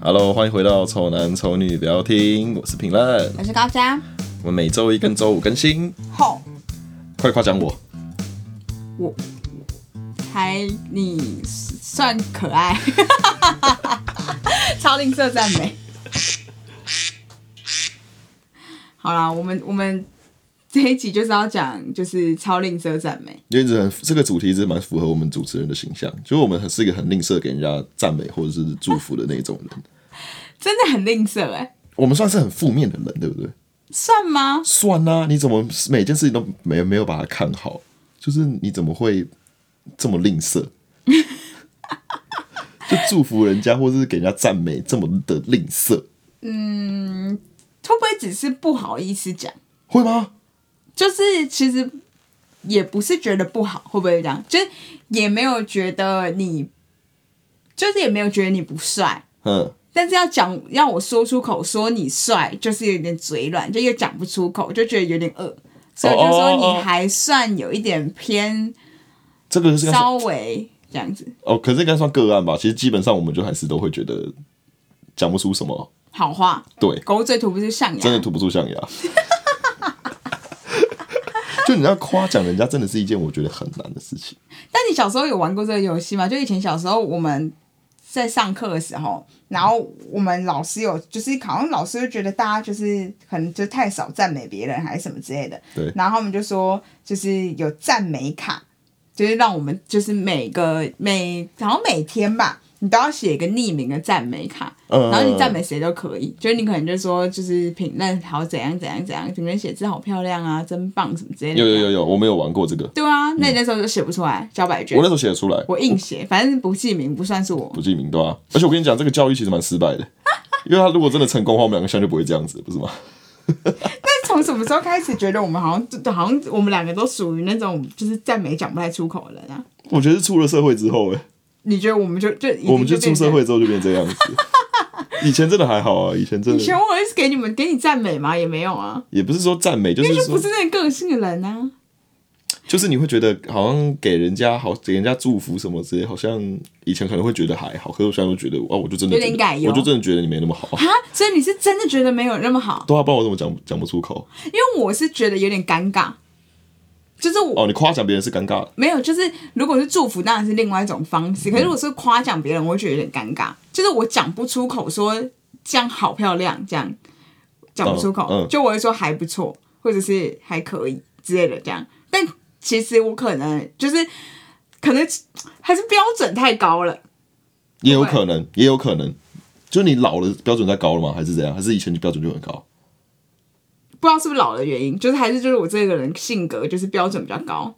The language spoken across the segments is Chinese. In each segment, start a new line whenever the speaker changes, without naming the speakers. Hello，欢迎回到《丑男丑女聊天》，我是评论。
我是高嘉。
我们每周一跟周五更 新，
吼，
快夸奖我！
我还你算可爱， 超吝啬赞美。好啦，我们我们这一集就是要讲就是超吝啬赞美，
因为这很这个主题是蛮符合我们主持人的形象，就是我们很是一个很吝啬给人家赞美或者是祝福的那种 人。
真的很吝啬哎、
我们算是很负面的人，对不对？
算吗？
算啊，你怎么每件事情都没没有把它看好？就是你怎么会这么吝 啬？就祝福人家或者是给人家赞美这么的吝啬，
会不会只是不好意思讲？
会吗？
就是其实也不是觉得不好，会不会这样？就是也没有觉得你，就是也没有觉得你不帅，
嗯，
但是要讲让我说出口说你帅，就是有点嘴软，就又讲不出口，就觉得有点恶，所以我就
哦
说
哦哦
你还算有一点偏
这个就是应该算
稍微这样子
哦，可是应该算个案吧。其实基本上我们就还是都会觉得讲不出什么，
好话。
对，
狗嘴吐不出象
真的
牙，
吐不出象牙。 就你要夸奖人家，真的是一件我觉得很难的事情。
但你小时候有玩过这个游戏吗？就以前小时候我们在上课的时候，然后我们老师有就是好像老师就觉得大家就是可能就太少赞美别人还是什么之类的，
对
然后他们就说就是有赞美卡，就是让我们就是每个每好像每天吧，你都要写一个匿名的赞美卡，
嗯
然后你赞美谁都可以，就是你可能就说就是评论好怎样怎样怎样，评论写字好漂亮啊，真棒什么之类的，
有有有有，我没有玩过这个，
对啊，那你那时候就写不出来，交白卷
我那。时候写得出来，
我硬写，反正不记名，不算是我
不。记名对吧、而且我跟你讲，这个教育其实蛮失败的，因为他如果真的成功的话，我们两个现在就不会这样子，不是吗？
但从什么时候开始觉得我们好像就好像我们两个都属于那种就是赞美讲不太出口的人啊？
我觉得是出了社会之后、欸，
你觉得我们就就已经
我们就出
变成
社会？之后就变这样 子。以前真的还好啊，以前真
以前
的
我也是给你们给你赞美吗？也没有啊，
也不是说赞美，就是
就
说
不是那个个性的人啊。
就是你会觉得好像给人家好，给人家祝福什么之类，好像以前可能会觉得还好，可是我现在就觉得，哦，我就真的
有点
觉得
改哟
我就真的觉得你没那么好，
啊，所以你是真的觉得没有那么好？
对啊，不然我怎么讲讲不出口？
因为我是觉得有点尴尬，就是我、
哦，你夸奖别人是尴尬的，
没有，就是如果是祝福，当然是另外一种方
嗯
式。可是如果是夸奖别人，我会觉得有点尴尬，就是我讲不出口说这样好漂亮，这样讲不出口，
嗯嗯
就我会说还不错，或者是还可以之类的这样。但其实我可能就是可能还是标准太高了。
也有可能，也有可能，就是你老了标准太高了吗？还是怎样？还是以前的标准就很高？
不知道是不是老的原因，就是还是就是我这个人性格就是标准比较高，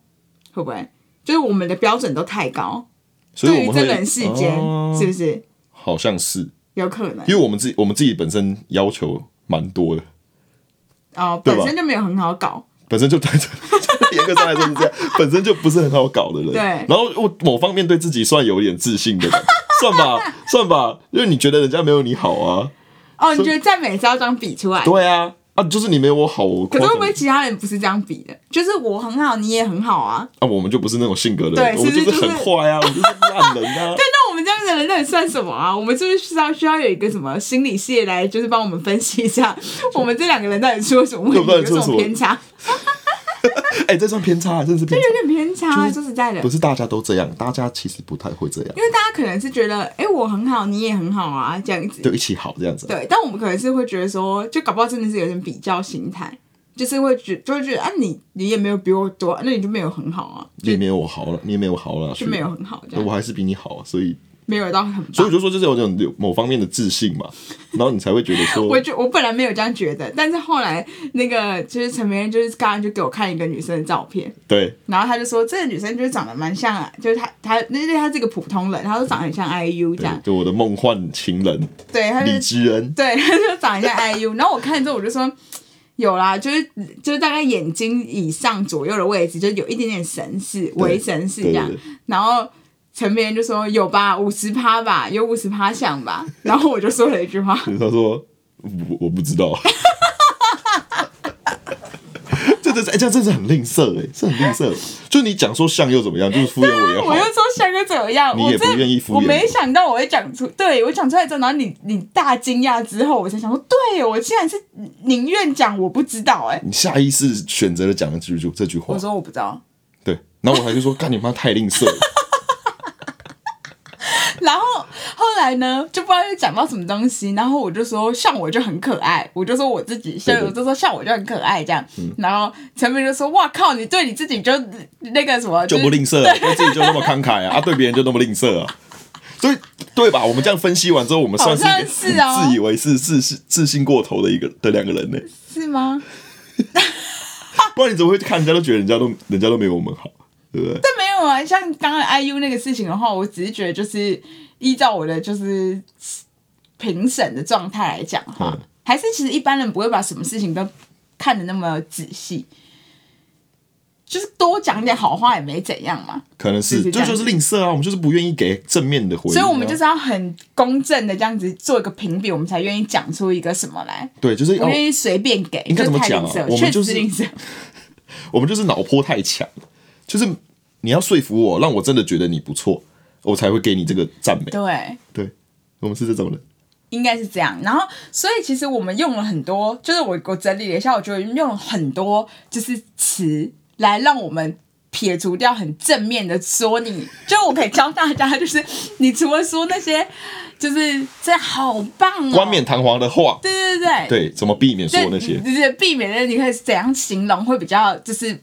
会不会？就是我们的标准都太高，
所以
对
我
于
们会
真人世间、
哦
是不是
好像是，
有可能？
因为我们自己我们自己本身要求蛮多的，
哦，
对
本
吧
身就没有很好搞，
本 身就严格上来说是这 样，本身就不是很好搞的人。
对
然后我某方面对自己算有点自信的 人，算吧，算吧，因为你觉得人家没有你好啊，
哦，你觉得赞美是要这样比出来？
对啊，啊，就是你没有我好，我
可
夸奖
是会
你
不会其他人不是这样比的？就是我很好，你也很好啊。
啊，我们就不是那种性格的人，
对
我们
是不
就是是很坏啊，我们就是烂人 啊。
对，那我们这样的人到底算什么啊？我们是不是需要需要有一个什么心理系来，就是帮我们分析 一下，我们这两个人到底出了什么问
对
题，
到底
有
出
什
了什么
么偏差？
哎、这算偏差，真的是偏差。
有点偏差，啊说实在的
不，是大家都这样，大家其实不太会这样，
因为大家可能是觉得，哎、我很好，你也很好啊，这样子。
就一起好这样子。啊
对，但我们可能是会觉得说，就搞不好真的是有点比较心态，就是会觉就会觉得啊，你你也没有比我多，那你就没有很好啊，
你也没有我好了，你也没有我好了，
就没有很好这
我
样，
还是比你好啊，所以
没有到很棒。
所以我就说，就是有这种有某方面的自信 嘛，然后你才会觉得说，
我觉我本来没有这样觉得，但是后来那个就是陈明恩，就是刚刚就给我看一个女生的照片，
对，
然后他就说这个女生就是长得蛮像啊，就是她她那那她是一个普通人，她说长得很像 IU 这样
对，，就我的梦幻情人
对，她就
李知恩，
对，她就长得像 IU，然后我看之后我就说。嗯有啦，就是就是大概眼睛以上左右的位置，就有一点点神似，微神似这
对
样。
对对
然后陈明恩就说有吧，五十趴吧，有五十趴像吧。然后我就说了一句话，
他说我我不知道，这这这哎，这样真是很吝啬哎、这很吝啬。就你讲说像又怎么样，就是敷衍我 也好
啊我又，说像个怎样，
你
我
也不
真的
愿意敷衍
我
我
没想到我会讲出，对我讲出来之后，然后你你大惊讶之后，我才想说，对我竟然是宁愿讲我不知道、哎，
你下意识选择了讲了这句这句话
我。说我不知道，
对，然后我还就说，干你妈太吝啬了。
然后后来呢，就不知道又讲到什么东西，然后我就说像我就很可爱，我就说我自己，像
对对嗯
我就说像我就很可爱这样，然后陈明就说哇靠，你对你自己就那个什么
就不吝啬、啊，对自己就那么慷慨啊，啊对别人就那么吝啬啊，所以对吧？我们这样分析完之后，我们算是
好像
一
是
个
哦
很自以为是、自信、自信过头的一个的两个人呢、
是吗？
不然你怎么会看人家都觉得人家都人家都没有我们好，对不对？
但没有啊，像刚刚 IU 那个事情的话，我只是觉得就是依照我的就是评审的状态来讲哈，
嗯
还是其实一般人不会把什么事情都看得那么仔细，就是多讲点好话也没怎样嘛。
可能是
是是这
这
样
就是吝啬啊，我们就是不愿意给正面的回应啊、
所以我们就是要很公正的这样子做一个评比，我们才愿意讲出一个什么来，
对，就是哦
不
要
愿意随便给，
应该
就
怎么
太吝
讲啊
啬，
我们
确
就
实
是
吝啬。
我们就是脑波太强，就是你要说服我，让我真的觉得你不错，我才会给你这个赞美。
对，
对，我们是这种人，
应该是这样。然后，所以其实我们用了很多，就是我我整理了一下，我觉得用了很多就是词来让我们。撇除掉很正面的说你，就我可以教大家，就是你除了说那些，就是这好棒哦，
冠冕堂皇的话，
对对对对，
对，怎么避免说那些？
就是避免的，你可以怎样形容会比较就是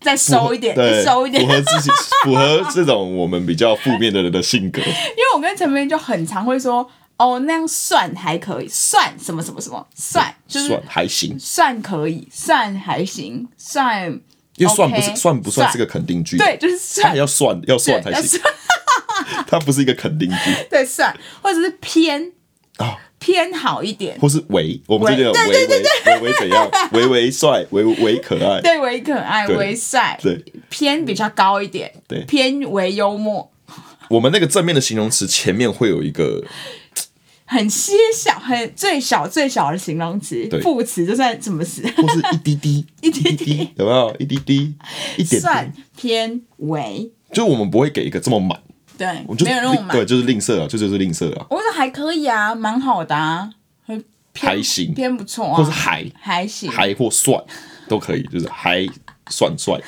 再
符合
收一点，
对，
收一点
符，合 自己，符合这种我们比较负面的人的性格。
因为我跟陈明就很常会说，哦那样算还可以，算什么什么什么算，就是
算还行，
算可以，算还行，算
因为算不
OK，
是算不算
算
是个肯定句？啊
对，，就是
他
算
要算要算
对
才
要
行，
算
它不是一个肯定句
对算，或者是偏
啊，
偏好一点，
或是唯，我们这边有
唯
唯唯唯唯怎样，唯唯帅，唯唯可爱，
对为可爱，
对
为帅，
对，
偏比较高一点，
对
偏为幽默，
我们那个正面的形容词前面会有一个
很些小，很最小最小的形容词
对，
副词就算什么词，
或是一滴滴，
一滴滴
滴，有没有？一滴滴，一点
算
点，
偏为，
就我们不会给一个这么满，
对
我们，就
没有那么
吝对，
满。
就是吝啬啊，这就是吝啬啊，
我说还可以啊，蛮好的啊，很偏
还行
偏不错
或是
啊，
还
还行，
还或算都可以，就是还算帅。哦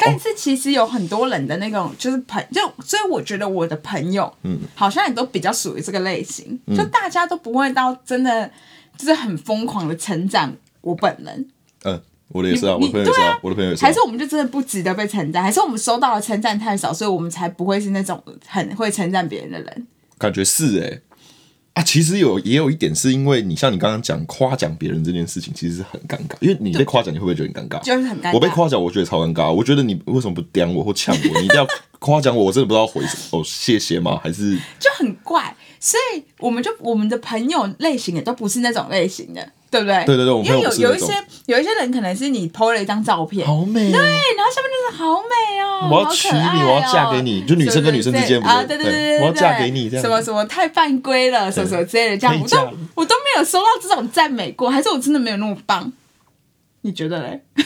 但是其实有很多人的那种就是朋，就所以我觉得我的朋友，嗯，好像也都比较属于这个类型，
嗯
就大家都不会到真的就是很疯狂的成长我本人，
嗯，我的也是啊，我
你
的朋友也是
对
啊
啊，
我的朋友也是、啊
还。是我们就真的不值得被称赞，还是我们收到的称赞太少，所以我们才不会是那种很会称赞别人的人。
感觉是哎、啊，其实有也有一点是因为你像你刚刚讲夸奖别人这件事情，其实是很尴尬，因为你被夸奖，你会不会觉得很尴尬？
就是很尴尬
我被夸奖，我觉得超尴尬。我觉得你为什么不刁我或呛我？你一定要夸奖我，我真的不知道回什么哦，谢谢吗？还 是
就很怪，所以我们就我们的朋友类型也都不是那种类型的，对不对？
对对对我们
因
朋
为
友不
有
是
有
那
一
种
些有一些人可能是你 PO 了一张照片，
好美、啊？
对，然后下面就是好美哦，
我要
好可
娶你
爱
我要
哦
嫁给你就女生跟女生之间
对对
不是
啊，对对
对
对，
我要
对
嫁给你这样
什么什么太犯规了，什么什么之类的，这样
可以
我都
嫁
我都没有收到这种赞美过，还是我真的没有那么棒？你觉得嘞？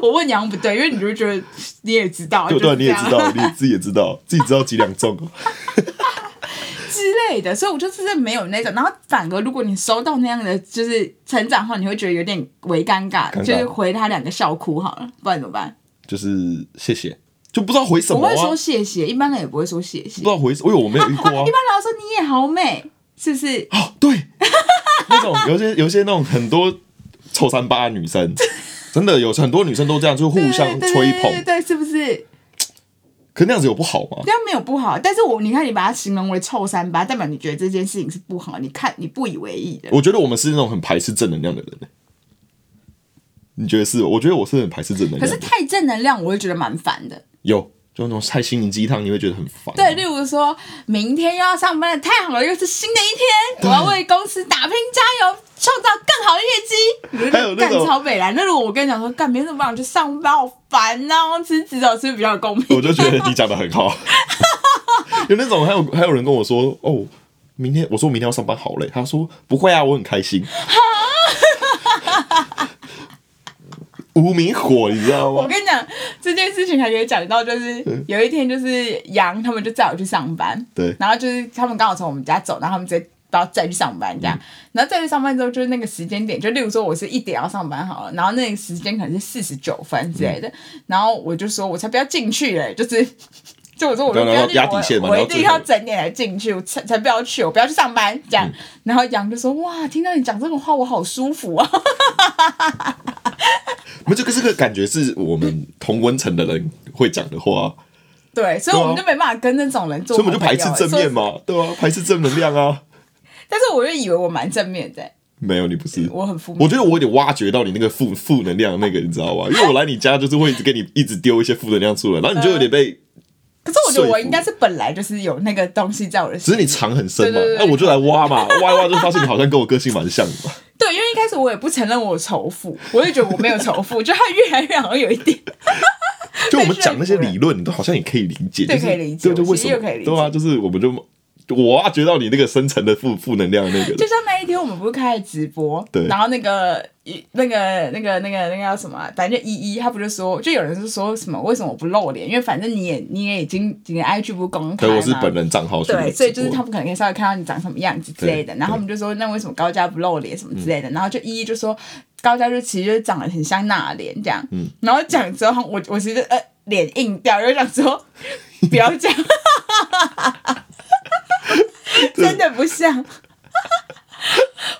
我问杨不对，因为你就觉得你也知道，
对不对？
就是
你
这
也
样
知道，你也自己也知道，自己知道几两重哦。
之类的，所以我就真的没有那种。然后反而如果你收到那样的就是成长后，你会觉得有点微尴尬，
尴尬
就是回他两个笑哭好了，不然怎么办？
就是谢谢，就不知道回什
我
么
会
啊，
说
不
谢谢，一般人也不会说谢谢
知。道回什么。哎呦，我没有遇过
一般
啊。
来说你也好美，是不是？
哦，对， 那种有些有些那种很多臭三八的女生， 真的有很多女生都这样，就互相
对
吹
对对对
捧。
对，是不是？
可那样子有不好吗？
这样没有不好，但是我你看你把它形容为臭三八，代表你觉得这件事情是不好，你看你不以为意的。
我觉得我们是那种很排斥正能量的人。欸你觉得是？我觉得我是很排斥正能
可是
量的。
太正能量，我会觉得蛮烦的。
有，就那种太心灵鸡汤，你会觉得很烦。
对，例如说明天又要上班了，太好了，又是新的一天，我要为公司打拼加油，创造更好的业绩。
还有那
干
种
超北蓝，那如果我跟你讲说，干明天怎么办？我去上班，好烦哦、其实至少是比较公平。
我就觉得你讲的很好。 有那种还有还有人跟我说哦，明天我说明天要上班好累，他说不会啊，我很开心。无名火，你知道
我
吗？
跟你讲这件事情，还可以讲到，就是有一天，就是杨他们就载我去上班，
对
然后就是他们刚好从我们家走，然后他们直接把我载去上班这样，
嗯
然后载去上班之后，就是那个时间点，就例如说我是一点要上班好了，然后那个时间可能是四十九分之类的，
嗯
然后我就说我才不要进去嘞，就是 就我说我就不
啊然
要
后
进
压
去，
底线嘛
我我
然
一
后
定
最后
要整点来进去，我才才不要去，我不要去上班这
嗯
样，然后杨就说哇，听到你讲这种话，我好舒服啊，
我们这个这个感觉是我们同温层的人会讲的话，
对，所以我们
对
就
啊
没办法跟那种人做
所以我
朋
们
友
就
欸，
排斥正
所以
面嘛，对吧、排斥正能量啊。
但是我就以为我蛮正面的、
没有，你不是。
我很负面。
我觉得我有点挖掘到你那个负负能量那个，你知道吗？因为我来你家就是会一直给你一直丢一些负能量出来，然后你就有点被，
可是我觉得我
说服
应该是本来就是有那个东西在我的
只
心
是
里。
你藏很深嘛
对对，
那
对
我就来挖 嘛，挖一挖就发现你好像跟我个性蛮像的嘛。
对，因为一开始我也不承认我有仇富，我也觉得我没有 仇富，就他越来越好像有一点。
就我们讲那些理论，你都好像也可以理解，
对
就是
可以理解
对，就为什
其
么
实又可以理解
对啊，就是我们就我挖掘到你那个深层的负负能量那个
就像那一天我们不是开了直播，
对
然后那个一那个那个那个那个叫什么啊、反正就依依，他不就说，就有人是说什么为什么我不露脸？因为反正你也你也已经你的 IG 不是公开
对，
吗？
我是本人账号去
对，
的
所以就是
直播
他们可能可以稍微看到你长什么样子之类的。
对嗯
然后我们就说，那为什么高嘉不露脸什么之类的？然后就一一就说，高嘉就其实就是长得很像娜莲这样。
嗯
然后讲之后，我我其实呃脸硬掉，又 想说不要讲，真的不像。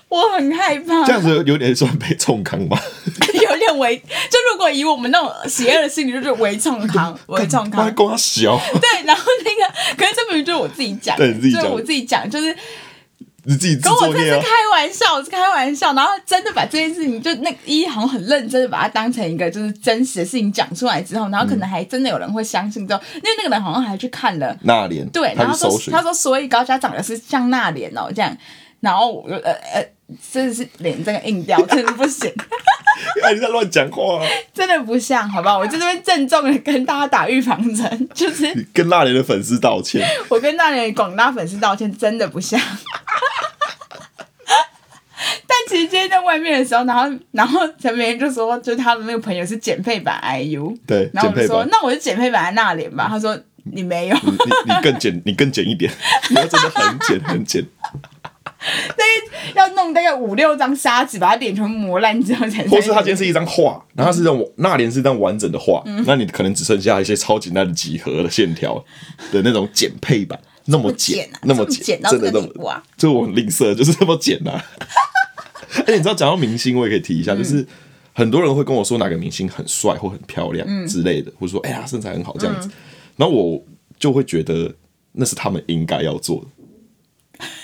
我很害怕
这，样子有点算被冲康吧。
有点微，就如果以我们那种邪恶的心理，就是微冲康，微冲 康
妈，光他 小，
对，然后那个，可是这明明就是我自己讲的，
对你自己讲
就是我自己讲，就是
你自己自
跟我
作
这
孽
是
啊！
开玩笑，我是开玩笑，然后真的把这件事情，就那个一航很认真的把它当成一个就是真实的事情讲出来之后，然后可
嗯
能还真的有人会相信之后，因为那个人好像还去看了，
那脸，
对，然
他
后
去搜
说
寻
他，说所以高家长得是像那脸哦这样，然后我就呃呃真的是脸这个硬掉，真的不行，
哎，你在乱讲话啊，
真的不像，好不好？我在这边郑重的跟大家打预防针，就是
你跟那脸的粉丝道歉。
我跟那年广大粉丝道歉，真的不像。但其实今天在外面的时候，然后然后陈明就说，就是他的那个朋友是减配版 IU，
对，
然
减
后我就
配
说
版，，嗯
那我是减配版的那脸吧。他说你没有，
你你你更减，你更减一 点，你要真的很减很减，
要弄大概五六张砂纸，把他脸全部磨烂之后才。
或是他今天是一张画，然后它是一张那脸是一张完整的画，
嗯
那你可能只剩下一些超简单的几何的线条的那种减配 版，那么
不剪啊，
那么
剪
减，
到这
真的
个
那
地
么
步啊。
就我很吝啬，就是这么简 单、而且你知道，讲到明星，我也可以提一
嗯
下，就是很多人会跟我说哪个明星很帅或很漂
嗯
亮之类的，或者说哎呀身材很好这样子，然后我就会觉得那是他们应该要做的。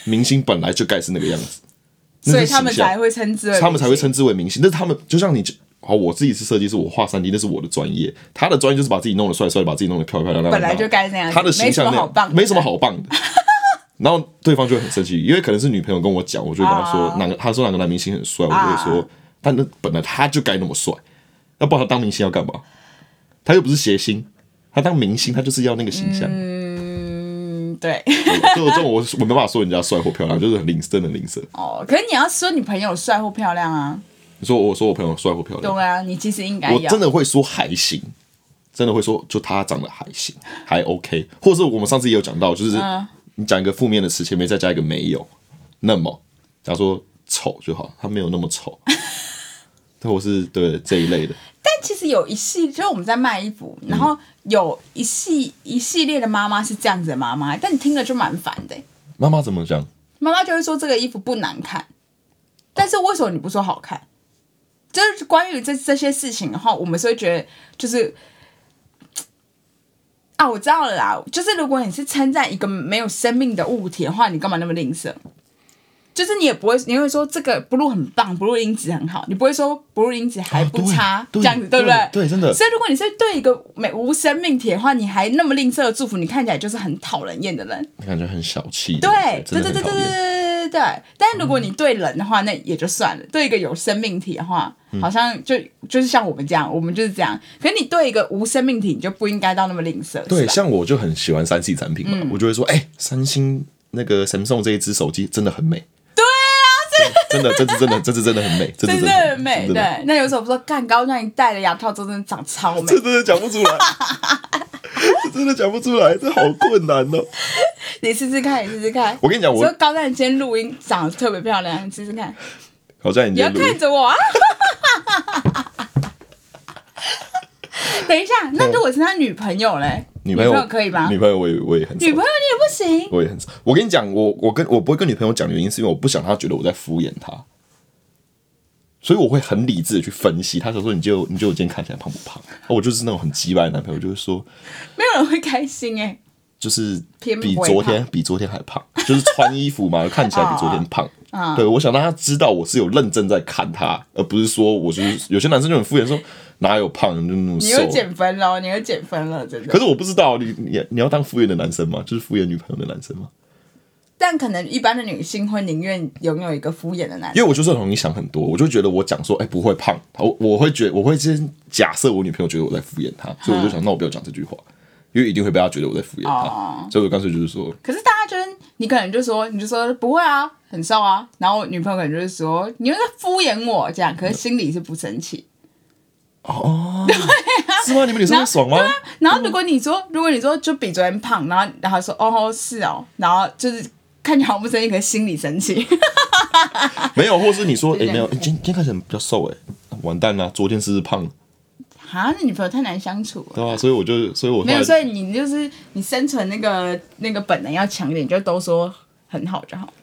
明星本来就该是那个样子，那是
所以他们
形象
才会称之为
他们才会
明星
称之为明星。但是他们就像你，好，我自己是设计师，我画三 D，那是我的专业。他的专业就是把自己弄得帅帅，把自己弄得漂漂亮亮。
本来就该那样子
他的形象那
没什么好棒的
没什么好棒的。 然后对方就会很生气，因为可能是女朋友跟我讲，我就会跟他说
啊
哪个，他说哪个男明星很帅，我就会说，但那本来他就该那么帅，那不然他当明星要干嘛？他又不是谐星，他当明星他就是要那个形象。
嗯，对。
所以这种我我没办法说人家帅或漂亮，就是很吝真的吝啬。
哦，可是你要说你朋友帅或漂亮啊，
你说我说我朋友帅或漂亮，
对啊，你其实应该
我
要
真。的会说还行，真的会说就他长得还行，还 OK，或者是我们上次也有讲到，就是
嗯
你讲一个负面的词，前面再加一个没有，那么假如说丑就好，他没有那么 丑，或是对这一类的，
但其实有一系，就是我们在卖衣服，然后有一系一系列的妈妈是这样子的妈妈，但你听了就蛮烦的欸、
妈妈怎么讲？
妈妈就会说这个衣服不难看，但是为什么你不说好看？就是关于这这些事情的话，我们是会觉得就是。啊，我知道了啦，就是如果你是称赞一个没有生命的物体的话，你干嘛那么吝啬？就是你也不会，你会说这个 blue 很棒，blue 音质很好，你不会说 blue 音质还不差，
啊
这
对
样子对不
对对真的
所以如果你是对一个没无生命体的话，你还那么吝啬的祝福，你看起来就是很讨人厌的人。
感觉很小气，
对，
真
对
的
对
很讨
对对对
厌。
对对对。但如果你对人的话，那也就
嗯
算了；对一个有生命体的话，好像就就是像我们这样，我们就是这样。可是你对一个无生命体，你就不应该到那么吝啬，
对，
是嗯吧？
像我就很喜欢三 C 产品嘛，我就会说，哎、三星那个 Samsung 这一只手机真的很美，
对啊，
真的，这只真的，这只真的很美，这只
真
真
的
的
很美。
真的
对，那有一首不说干高，那你戴了牙套之后真的长超美
这。真的讲不出来，这真的讲不出来，这好困难哦。
你试试看，你试试看。
我跟你讲，
说
我
高蛋今天录音长得特别漂亮，你试试 看。
好像已
你要
经录音
看着我啊！ 等一下，那如果是他女朋友
哦
嘞？
女朋友
可以吗？
女
女
朋友我也我也很少
朋友你也不行，
我也很少。我跟你讲，我我跟我不会跟女朋友讲的原因，是因为我不想她觉得我在敷衍她，所以我会很理智的去分析。她想说，你就你就我今天看起来胖不胖？啊我就是那种很鸡掰的男朋友，就会说，
没有人会开 心哎、
就是
偏不
比
会
昨天比昨天还胖，就是穿衣服嘛， 看起来比昨
哦
天胖。
嗯
对，我想让她知道我是有认真在看她，而不是说我就是有些男生就很敷衍说哪有胖就那么
你
瘦
又。减分喽，你又减分了，真
可
的。
是我不知道你你你要当敷衍的男生吗？就是敷衍女朋友的男生吗？
但可能一般的女性会宁愿拥有一个敷衍的男人。
因为我就是很容易想很多，我就觉得我讲说，哎、不会胖，我我会觉我会先假设我女朋友觉得我在敷衍她，所以我就想，那我不要讲这句话，因为一定会被她觉得我在敷衍她，
嗯哦
所以我干脆就是说，
可是大家就是你可能就说你就说不会啊，很瘦啊，然后女朋友可能就是说你又在敷衍我
嗯
这样，可是心里是不生气。
哦，是吗？你们女生会爽吗？
然后如果你说，如果你说就比昨天胖，然后然后说哦是哦，然后就是看起来好不生气，可是心里生气。
没有，或是你说，哎、
对
没有，今今天看起来比较瘦、哎，完蛋啦，昨天是不是胖了？
啊，那女朋友太难相处了。
对吧、所以我就，所以我后
没有，
来
所以你就是你生存那个那个本能要强一点，你就都说很好就好。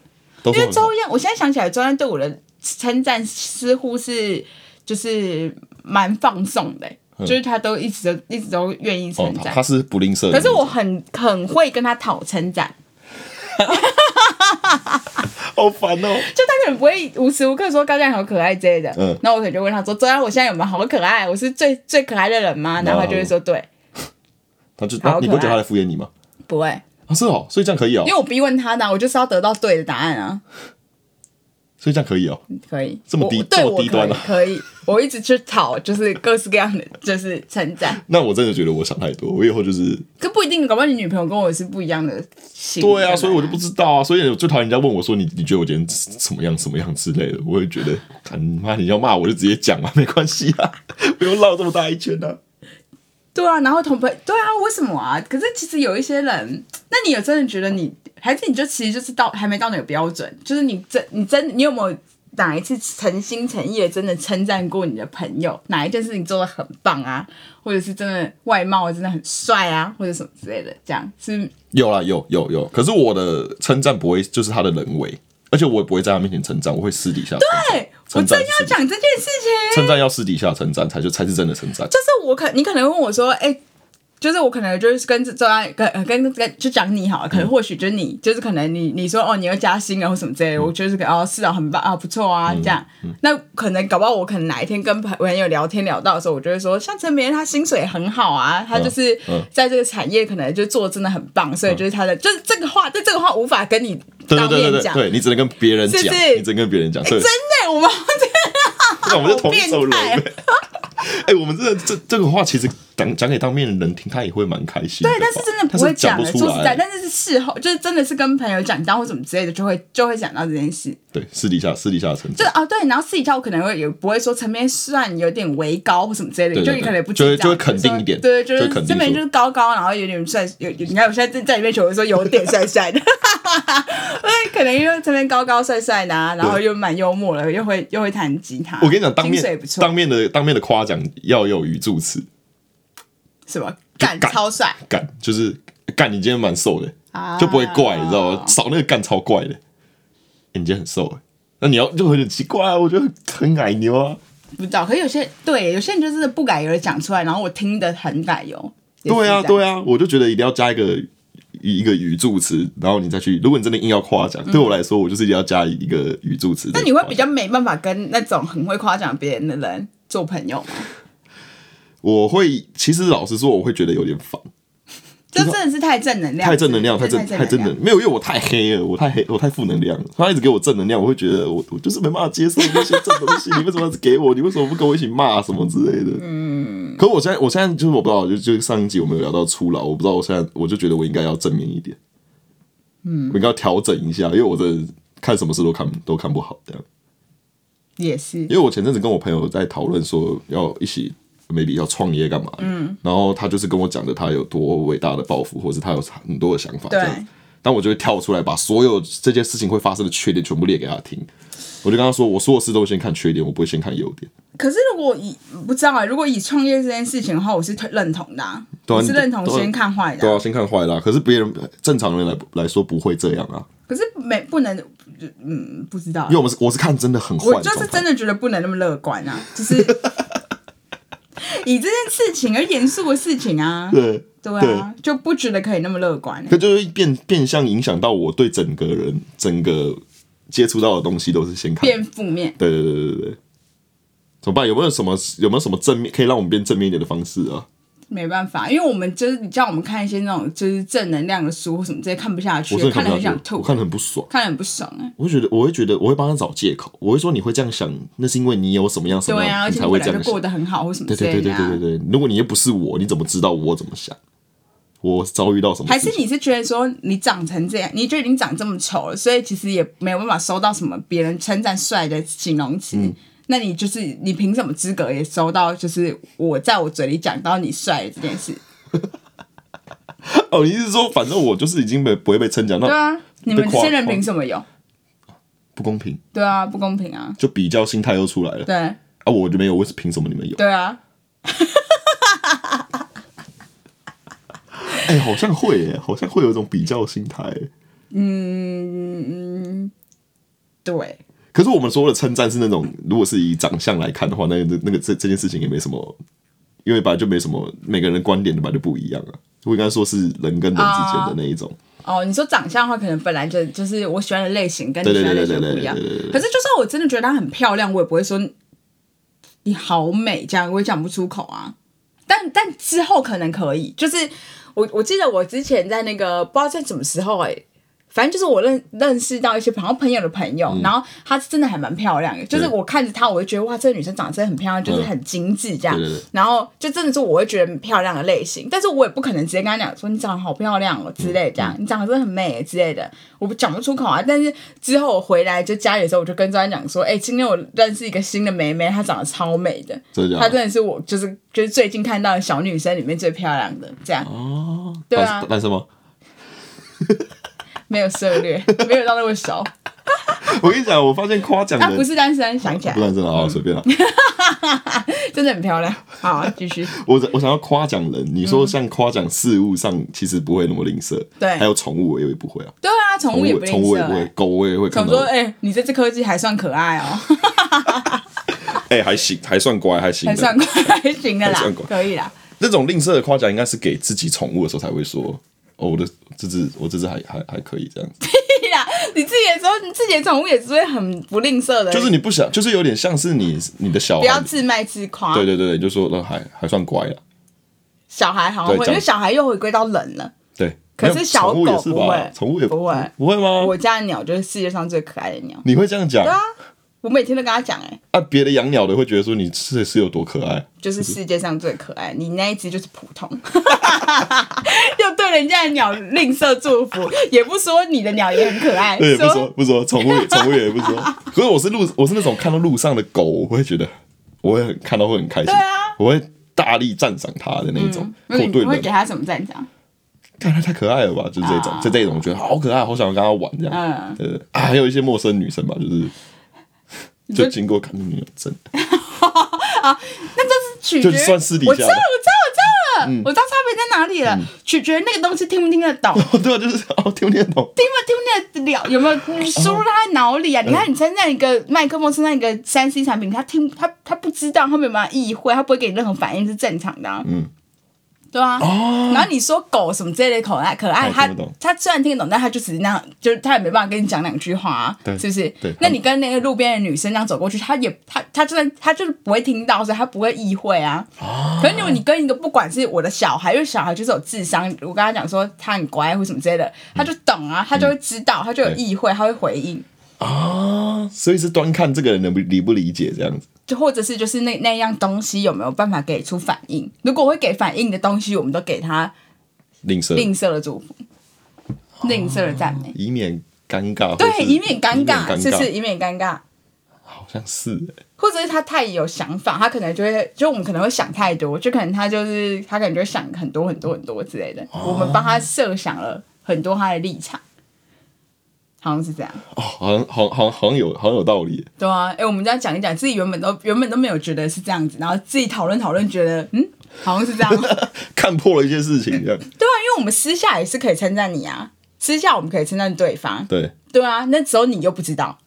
都
因
说
为
很好
周燕，我现在想起来，周燕对我的称赞似乎是就是蛮放送的、就是他都一直都一直都愿意
嗯哦
称，
他
赞。
他是不吝啬的，
可是我很很会跟他讨称赞，
好烦哦、
就他可能不会无时无刻说高嘉颖好可爱之类的，
嗯
然后我可能就问他说：“周安，我现在有没有好可爱？我是最最可爱的人
哦
吗？”然后他就会说：“对，
他就
好可爱
你不会觉得他在敷衍你吗？
不会，
啊，是哦，所以这样可以哦、
因为我逼问他的啊，我就是要得到对的答案啊，
所以这样可以哦、
可以，
这么
我
低
对
这么
我可
低端
以
啊
可以，我一直去讨，就是各式各样的，就是称赞，
那我真的觉得我想太多，我以后就是
可不一定，搞不好你女朋友跟我是不一样的心，
对啊，所以我就不知道啊，所以我最讨厌人家问我说你你觉得我今天怎么样怎么样之类的，我会觉得，看妈你要骂我就直接讲嘛，没关系啊， 不用绕这么大一圈啊。
对啊，然后同朋对啊，为什么啊？可是其实有一些人，那你有真的觉得你，还是你就其实就是到还没到那个标准，就是你真你真你有没有哪一次诚心诚意的真的称赞过你的朋友，哪一件事情做的很棒啊，或者是真的外貌真的很帅啊，或者什么之类的，这样是
有啦，有有有，可是我的称赞不会就是他的人为，而且我也不会在他面前称赞，我会私底下称赞
对哎我
称
正
赞
要讲这件事情，
称赞要私底下称赞才就才是真的称赞。
就是我可你可能问我说，哎、就是我可能就是跟周安跟呃跟跟就讲你
嗯
好了，可能或许就是你、就是可能你你说哦你要加薪啊或什么
嗯
之类的，我就是可哦是啊很棒啊不错啊、这样，那可能搞不好我可能哪一天跟朋友聊天聊到的时候，我就会说像陈明他薪水很好啊，他就是
嗯
在这个产业可能就做得真的很棒，所以就是他的、就是这个话，但这个话无法跟你
对
当
对对
面
对对，
讲，
对你只能跟别人讲，
是不是
你只能跟别人讲，
真
对，
的我们
那我们是同一
好
种
变态
人。哎、我们真的这这个话，其实讲讲给当面的人听，他也会蛮开心的吧。
对，但是真的
他
不会
是讲
讲
不
的，
出
说实在，
来。
但是是事后，就是真的是跟朋友讲到或什么之类的，就会就会讲到这件事。
对，私底下私底下的成
就
长，
哦，对，然后私底下我可能会也不会说层面算有点微高或什么之类的，
对对
就
对
你可能也不
就会
知道
就会肯定一点
对，就
就会
是
肯定
这边
说
就是高高，然后有点帅，有有你看我现在在在里面求我说有点帅帅的， 对，可能因为这边高高帅帅的、啊，然后又蛮幽默的，又会又会弹吉他。
我跟你讲，当
薪水
面
不
当
错，
面的当面的夸奖要有语助词，
什么干
干
超帅
干就是干，你今天蛮瘦的，
啊，
就不会怪，你知道吗？少那个干超怪的，欸你今天很瘦哎，那你要就很奇怪啊，我觉得很矮牛啊，
不知道，可是有些对，有些人就是不改油的讲出来，然后我听得很改油。也是
对啊
这样
对啊，我就觉得一定要加一个。一个语助词，然后你再去。如果你真的硬要夸奖，对我来说，我就是一定要加一个语助词。
嗯那你会比较没办法跟那种很会夸奖别人的人做朋友吗？
我会，其实老实说，我会觉得有点烦，
这真的是太正能量，
太正能量，太
真的
正太正能，没有，因为我太黑了，我太黑，我太负能量了。他一直给我正能量，我会觉得我我就是没办法接受那些正东 西。你为什么要给我？你为什么不跟我一起骂什么之类的？嗯。可我现在，我现在就是我不知道，就就上一集我们有聊到初老，我不知道，我现在我就觉得我应该要正面一点，嗯，我应该要调整一下，因为我真的看什么事都看都看不好这样。
也是
因，为我前阵子跟我朋友在讨论说要一起 maybe 要创业干嘛，嗯，然后他就是跟我讲的他有多伟大的抱负，或是他有很多的想法，
对
这样。但我就会跳出来，把所有这件事情会发生的缺点全部列给他听。我就跟他说，我所有事都会先看缺点，我不会先看优点。
可是如果以不知道啊，如果以创业这件事情的话，我是推认同的、啊，
对啊
我是
你都
认同先看坏的
对
啊、
啊，先看坏啦、可是别人正常人来来说不会这样啊，
可是没不能，嗯，不知道啊
因为，我们是我是看真的很坏
我
的
就是
状态
真。的觉得不能那么乐观啊，就是 以这件事情而严肃的事情啊，
对，
对啊，就不觉得可以那么乐观、
可就是变变相影响到我对整个人整个接触到的东西都是先看
变负面。
对对对对对，怎么办？有没有什么有没有什么正面可以让我们变正面一点的方式啊？
没办法，因为我们就是你叫我们看一些那种就是正能量的书或什么这些看不下去，
我真的
看
看
得
不
很
下
想
去，
吐，
我看得很不爽。
看得很不爽哎、
我会觉得，我会觉得，我会帮他找借口。我会说，你会这样想，那是因为你有什么样什么
对啊，
样，
而
你
且
才
你
会这
本来就
样想
过。得很好或什么
对
之
对
类
对对
的、啊。
对对对，如果你又不是我，你怎么知道我怎么想？我遭遇到什么
还
事
是
情？
你是觉得说你长成这样，你就已经长这么丑了，所以其实也没有办法收到什么别人称赞帅的形容词。
嗯
那你就是你凭什么资格也收到？就是我在我嘴里讲到你帅的这件事，
哦，你是说，反正我就是已经被不会被称奖，
对
那
啊，你们这些人
被夸
凭什么有？
不公平，
对啊，不公平啊！
就比较心态又出来了。
对
啊，我就没有，我是凭什么你们有？
对啊，
哎、好像会耶，好像会有一种比较心态耶。
嗯对，
可是我们说的称赞是那种，如果是以长相来看的话，那那那个这这件事情也没什么，因为本来就没什么，每个人观点本来就不一样啊。我应该说是人跟人之间的那一种，
哦，你说长相的话，可能本来就就是我喜欢的类型跟
对
你喜
对
欢的类
对
型
对对
不
对
一
对
样。
对对
可
对。
是就算我真的觉得她很漂亮，我也不会说你好美这样，我也讲不出口啊。但但之后可能可以，就是我我记得我之前在那个不知道在什么时候哎、反正就是我认认识到一些朋友朋友的朋
嗯
友，然后她是真的还蛮漂亮的，就是我看着她，我会觉得哇，这个女生长得真的很漂亮，
嗯
就是很精致这样，
对对对
然后就真的是我会觉得很漂亮的类型，但是我也不可能直接跟她讲说你长得好漂亮哦之类这
嗯
样，你长得真的很美之类的，我不讲不出口啊。但是之后我回来就家里的时候，我就跟周安讲说，哎、今天我认识一个新的妹妹，她长得超美的，
真的假的
她真的是我就是就是最近看到的小女生里面最漂亮的这样。
哦，
对啊
单单身吗？
没有涉猎， 没有到那么熟。
我跟你讲，我发现夸奖
啊，不
的
是单身，想起来
不单身了，好随 便了。
真的很漂亮。好，继续。
我我想要夸奖人，你说像夸奖事物上，其实不会那么吝啬。
嗯对
还有宠物我也不会啊，
对啊，宠
宠
物也
物
不吝
宠物也不
啬、
会
欸。，
狗我也会
想
看
说，
到。
哎、你这只科技还算可爱哦，
哎，还行，还算乖，还行
还
的。
算还行的啦
还算乖，
可以啦。
那种吝啬的夸奖，应该是给自己宠物的时候才会说，哦，我的这只我这只还还还可以这样子，
对啦，你自己的时候，你自己的宠物也是会很不吝啬的，
就是你不想，就是有点像是你你的小
不要
孩，
自卖自夸。
对对对，你就说那还还算乖啊了，
小孩好像会，
对
因
讲
为小孩又回归到人了。
对。
可是
没有
小
宠物也
狗
是
不
吧
会？
宠物也
不会
不会吗？
我家的鸟就是世界上最可爱的鸟，啊
你会这样讲
我每天都跟他讲，哎，
啊？别的养鸟的会觉得说你是是有多可爱，
就是世界上最可爱，你那一只就是普 通，又对人家的鸟吝啬祝福，也不说你的鸟也很可爱，
哎对，不说不说，宠物也宠物也不说。 可是我是路，我是那种看到路上的狗，我会觉得我会很看到会很开心，
啊嗯
我会大力赞赏它的那一种。可
那
我
你
对
会
人
给他什么赞赏？
看他太可爱了吧，就是这种，
啊
就这种，我觉得好可爱，好想要跟他玩这样。
嗯
对对对啊，还有一些陌生女生吧，就是
说
就经过看到你有真 的
那这是取决
就
于，
是算私底下
我知道，
的嗯
我知道，我知道了，我知道差别在哪里了，取决于那个东西听不听得 懂，
哦，对啊，就是哦，听不听得懂？
听不听得了，有没有嗯 输入他的脑里啊？
嗯
你看你称赞一个麦克风，称赞一个三 C 产品，他听他他不知道，他没有办法意会，他不会给你任何反应是正常的、啊。
嗯。
对啊，
哦
然后你说狗什么这类的可爱可爱，
他
他
也听不懂
他虽然听得懂，但他就只是那样，就是他也没办法跟你讲两句话、啊，
对
是不是
对？嗯
那你跟那个路边的女生这样走过去，他也他他就算他就是不会听到，所以他不会意会啊。可是如果你跟一个不管是我的小孩，因为小孩就是有智商，我跟他讲说他很乖或什么之类的，他就懂啊，他就会知道，他就有意会，他会回应，
啊，所以是端看这个人能不理不理解这样子。
就或者是就是那那样东西有没有办法给出反应？如果会给反应的东西，我们都给他
吝啬，
吝啬的祝福，吝啬的赞美。
以免尴尬或是，
对，以免尴
哦以
尬，
免
是不是？以免尴尬。
好像是欸
或者是他太有想法，他可能就会，就我们可能会想太多，就可能他就是他可能就会想很多很多很多之类的，我们帮他设想了很多他的立场，好像是这样，
哦，好像好像好像好像有好像有道理欸，
对啊，哎、我们这样讲一讲，自己原本都原本都没有觉得是这样子，然后自己讨论讨论，觉得嗯，好像是这样，对啊，啊
看破了一些事情这样。
因为我们私下也是可以称赞你啊，私下我们可以称赞对方，
对，
对啊，那只有你又不知道，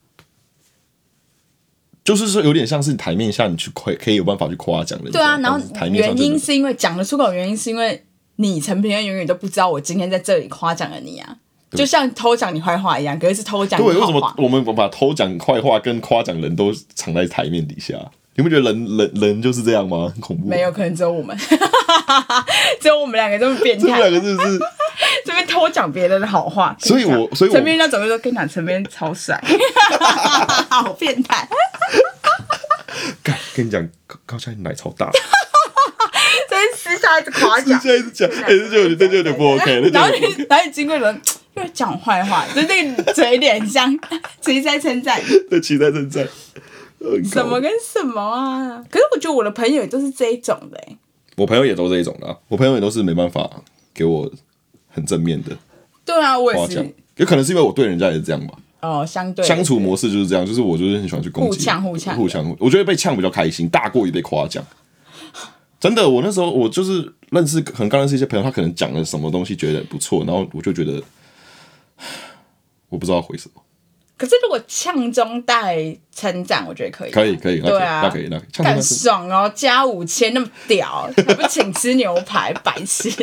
就是说有点像是台面下你去夸，可以有办法去夸奖人家。
对啊，然后
但是台面上
原
就
因
是
是因为讲得出口，的原因是因为你陈平恩永远都不知道我今天在这里夸奖了你啊，就像偷讲你坏话一样，可是是偷讲
对，
你
为
好
什么
话。
我们把偷讲坏话跟夸奖人都藏在台面底下？你们觉得人人人就是这样吗？很恐怖。
没，有，可能只有我们， 只有我们两个这么变
这们
态，
两个是不是？
这边偷讲别人的好话。
所以我
跟你讲
所以我
陈明那总是说跟你讲，陈明超帅， 好变态，
干跟你讲，高高佳你奶超 大，
真是私下一直夸
你
奖
现，在一直讲，哎，这就有点这就有点不 OK 了。
然后
这就有点
你然后你经过人又讲坏话，就那个嘴脸像， 其实在称赞你。
这期待正在。很
什
搞
么跟什么啊？可是我觉得我的朋友也都是这一种的、欸，
我朋友也都这一种的啊、我朋友也都是没办法给我很正面的
对啊，我
夸
也
奖
是，
有可能是因为我对人家也是这样吧，
哦，相对
相处模式就是这样，就是我就是很喜欢去攻击，
互呛互呛
互呛，我觉得被呛比较开心，大过于被夸奖。真的，我那时候我就是认识，很刚认识一些朋友，他可能讲了什么东西觉得不错，然后我就觉得，我不知道回什么。
可是如果呛中带成长，我觉得可以，
可以，可以，那可
对
以，
啊
那可以，那可以，呛呛
干
呛
爽哦，加五千那么屌，还不请吃牛排，白痴。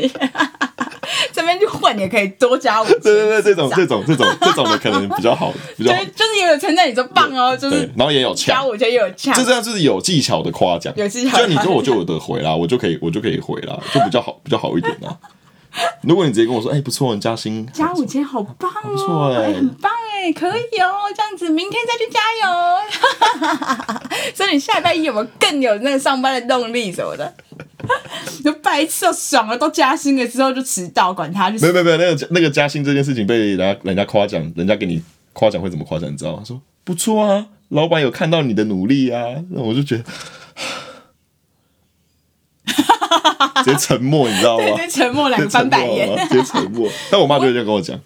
这边就混也可以多加五千，
对对对，这种这种这种这种的可能比较好，比较好
对，就是也有称赞你说棒哦，就
对
是，
然后也有
加
呛，
五千也有呛
就，这样就是有技巧的夸奖，
有技巧的夸
就
奖
你说我就有得回啦，我就可以我就可以回啦，就比较好比较好一点啦。如果你直接跟我说，哎、不错，你加薪，
加五千好棒
不
哦
错，哎
哎很棒哎，可以哦，这样子明天再去加油。 所以你下礼拜一有没有更有那个上班的动力什么的？就白痴哦，爽了都加薪了之后就迟到，管他就
没有
是
没有没有，那个那个加薪这件事情被人家人家夸奖，人家给你夸奖会怎么夸奖？你知道吗？说不错啊，老板有看到你的努力啊，那我就觉得。 直接沉默，你知道吗？
对 对沉默两
直
个
接啊沉
翻白
默
眼。
啊，直接沉默。但我妈就会这样跟我讲，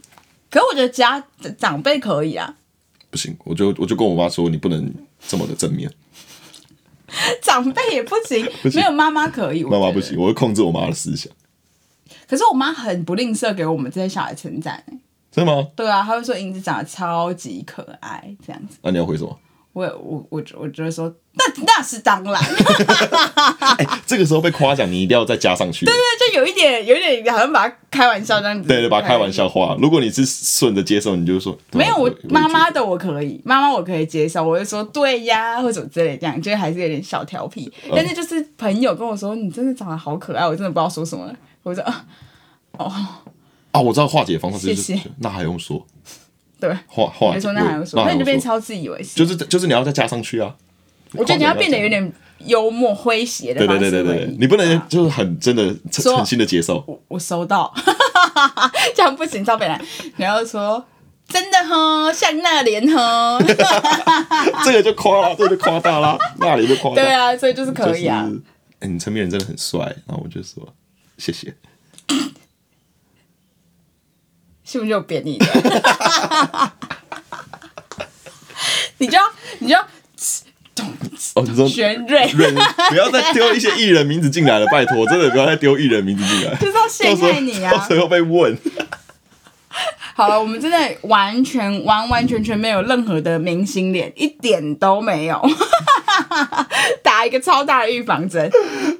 可是我觉得加长辈可以啊，
不行，我就我就跟我妈说，你不能这么的正面。
长辈也不行，
行
没有妈妈可以，我
妈妈
觉得
不。行，我会控制我妈的思想，
可是我妈很不吝啬给我们这些小孩称赞、欸，
真的吗？
对啊，她会说英子长得超级可爱这样子。
那、你要回什么？
我我我我就会说，那那是当然，
哎、这个时候被夸奖，你一定要再加上去。对
对，就有一点有一点好像把它开玩笑这样子，
对把它开玩。笑化。如果你是顺着接受，你就说
没有，我
对啊
妈
也觉
妈的我可以，妈妈我可以接受，我就说对呀，或者什么之类，这样就还是有点小调皮。
嗯
但是就是朋友跟我说，你真的长得好可爱，我真的不知道说什么了。我说啊
得啊，我知道化解方式就是
谢谢
那还用说
对，
化化
我
解？
就说那还用说，
那
那你就
用
变超自以为是。
就是就是你要再加上去啊。
我觉得你要变得有点幽默诙谐的
对
方
对
式
对对
为
对
宜，
你不能就是很真的诚
啊说
诚心的接受。
我我收到， 这样不行，赵北兰，你要说真的哈，像那莲 哈，
这个就夸啦，这个就夸大啦， 那里就夸大。
对，啊，所以就是可以啊
就。是哎你成面人真的很帅，然后我就说谢谢。
是不是就贬义的？ 你就要你就要
哦，你说
玄瑞，
人，不要再丢一些艺人名字进来了，拜托，真的不要再丢艺人名字 进来，
就是要
到
陷
时候
害你
到
啊！
时候被问，
好了，我们真的完全完完全全没有任何的明星脸，一点都没有， 打一个超大的预防针，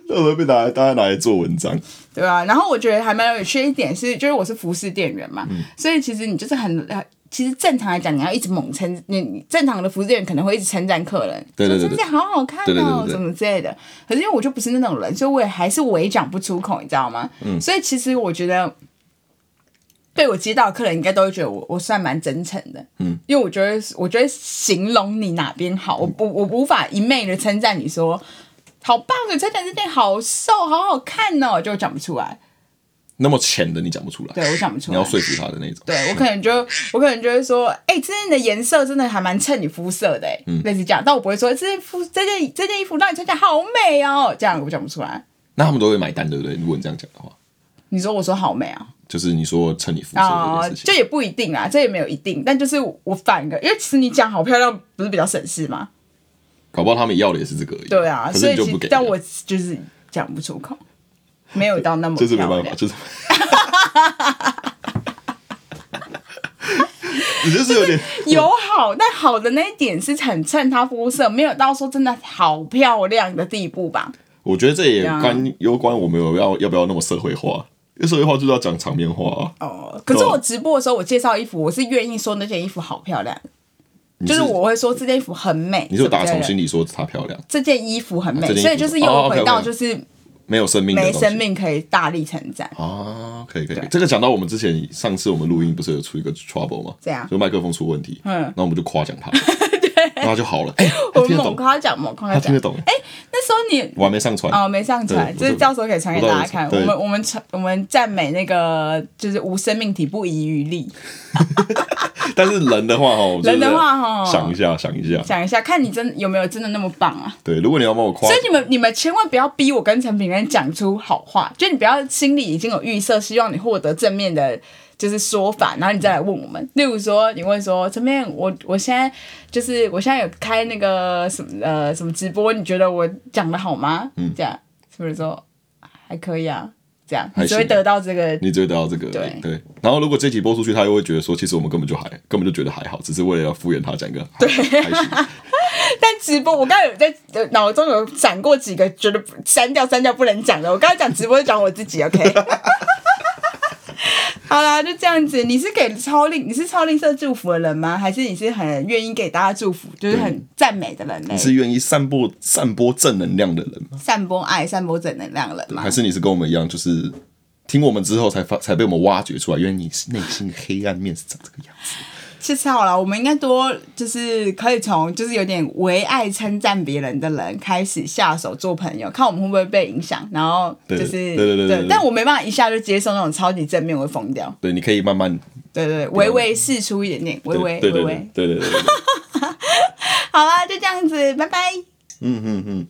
到时候被拿来大家拿来做文章，
对吧、然后我觉得还蛮有趣的一点是，就是我是服饰店员嘛，
嗯
所以其实你就是很。很其实正常来讲，你要一直猛称，你你正常的服饰店员可能会一直称赞客人，
对对对对
说真的好好看
对对对
哦
对，对
什么之类的。可是因为我就不是那种人，所以我也还是我也讲不出口，你知道吗？
嗯
所以其实我觉得，被我接到的客人应该都会觉得我我算蛮真诚的，嗯，因为我觉得我觉得形容你哪边好，我不我无法一昧的称赞你啊说好棒，你穿的这件好瘦，好好看哦，就讲不出来。
那么浅的你讲不出来，
对我想不出
你
来
要。说服他的那种。
对我可能就 我可能就会说，哎、这件的颜色真的还蛮衬你肤色的、欸，
嗯
类似这样。但我不会说这件肤这件这件衣服让你穿起来好美哦，这样我讲不出来。
那他们都会买单，对不对？如果你这样讲的话，
你说我说好美啊，
就是你说趁你肤色
啊、
这件事
这
情，
也不一定啊，这也没有一定，但就是我反个，因为其实你讲好漂亮不是比较省事吗？
搞不好他们要的也是这个而已。
对啊，
可是
所以
你就
其
不
实
给，
但我就是讲不出口，没有到那么
就是没
漂
办法，
亮
就是 你就是 有点
有好，但好的那一点是很衬她肤色，没有到说真的好漂亮的地步吧？
我觉得这也
对啊
关攸关我们有要要不要那么社会化，因为社会化就是要讲场面话、啊。
哦，可是我直播的时候，我介绍衣服，我是愿意说那件衣服好漂亮，
你
就是我会说这件衣服很美。
哦你是有
什
打
么之类
从
的
心里说她漂亮，
这件衣服很美
啊这，件衣服
所以就是
哦
又
，OK，OK
回到就是
没有生命的
没
东西
生命可以大力成长。
啊，可以可以可以
对。
这个讲到我们之前上次我们录音不是有出一个 trouble 吗？
这样
就麦克风出问题，
嗯
然后我们就夸 奖他，然后就好了。哎、
我
他听得
猛
懂，
夸奖，猛夸
他听
奖
得。懂。哎、
那时候你
我还没上传，
哦没上传，
对
这
我
到时候可以传给大家看。
我
我
到时候
们我们传我们赞美那个就是无生命体不遗余力。
但是人的话哦，
人的话哦
就是想一下，想一下。
讲一下，看你真有没有真的那么棒啊？
对，如果你要帮我夸
所以，你们你们千万不要逼我跟产品人讲出好话，就你不要心里已经有预设，希望你获得正面的，就是说法，然后你再来问我们。例如说，你问说陈面，我我现在就是我现在有开那个什么呃什么直播，你觉得我讲的好吗？嗯，这样是不是说还可以啊？这样
还
你
行
就会得到这个
你只会得到这个而已。对，然后如果这集播出去，他又会觉得说，其实我们根本就还根本就觉得还好，只是为了要敷衍他讲一个对，还 行。
但直播，我刚才有在呃脑中有闪过几个觉得不删掉删掉不能讲的。我刚才讲直播就讲我自己，OK。好啦，就这样子。你是给超吝，你是超吝啬祝福的人吗？还是你是很愿意给大家祝福，就是很赞美的人类
你？嗯是愿意散播散播正能量的人吗？
散播爱、散播正能量的人吗
还？是你是跟我们一样，就是听我们之后才发才被我们挖掘出来，原来你内心的黑暗面是长这个样子？
其实好了，我们应该多就是可以从就是有点唯爱称赞别人的人开始下手做朋友，看我们会不会被影响，然后就是
对对对对对对
但我没办法一下就接受那种超级正面，我会疯掉。
对，你可以慢慢
对对，对微微试出一点点，微
对
微
对
微
对
微。
对对对对，对
好啦，就这样子，拜拜。
嗯嗯嗯。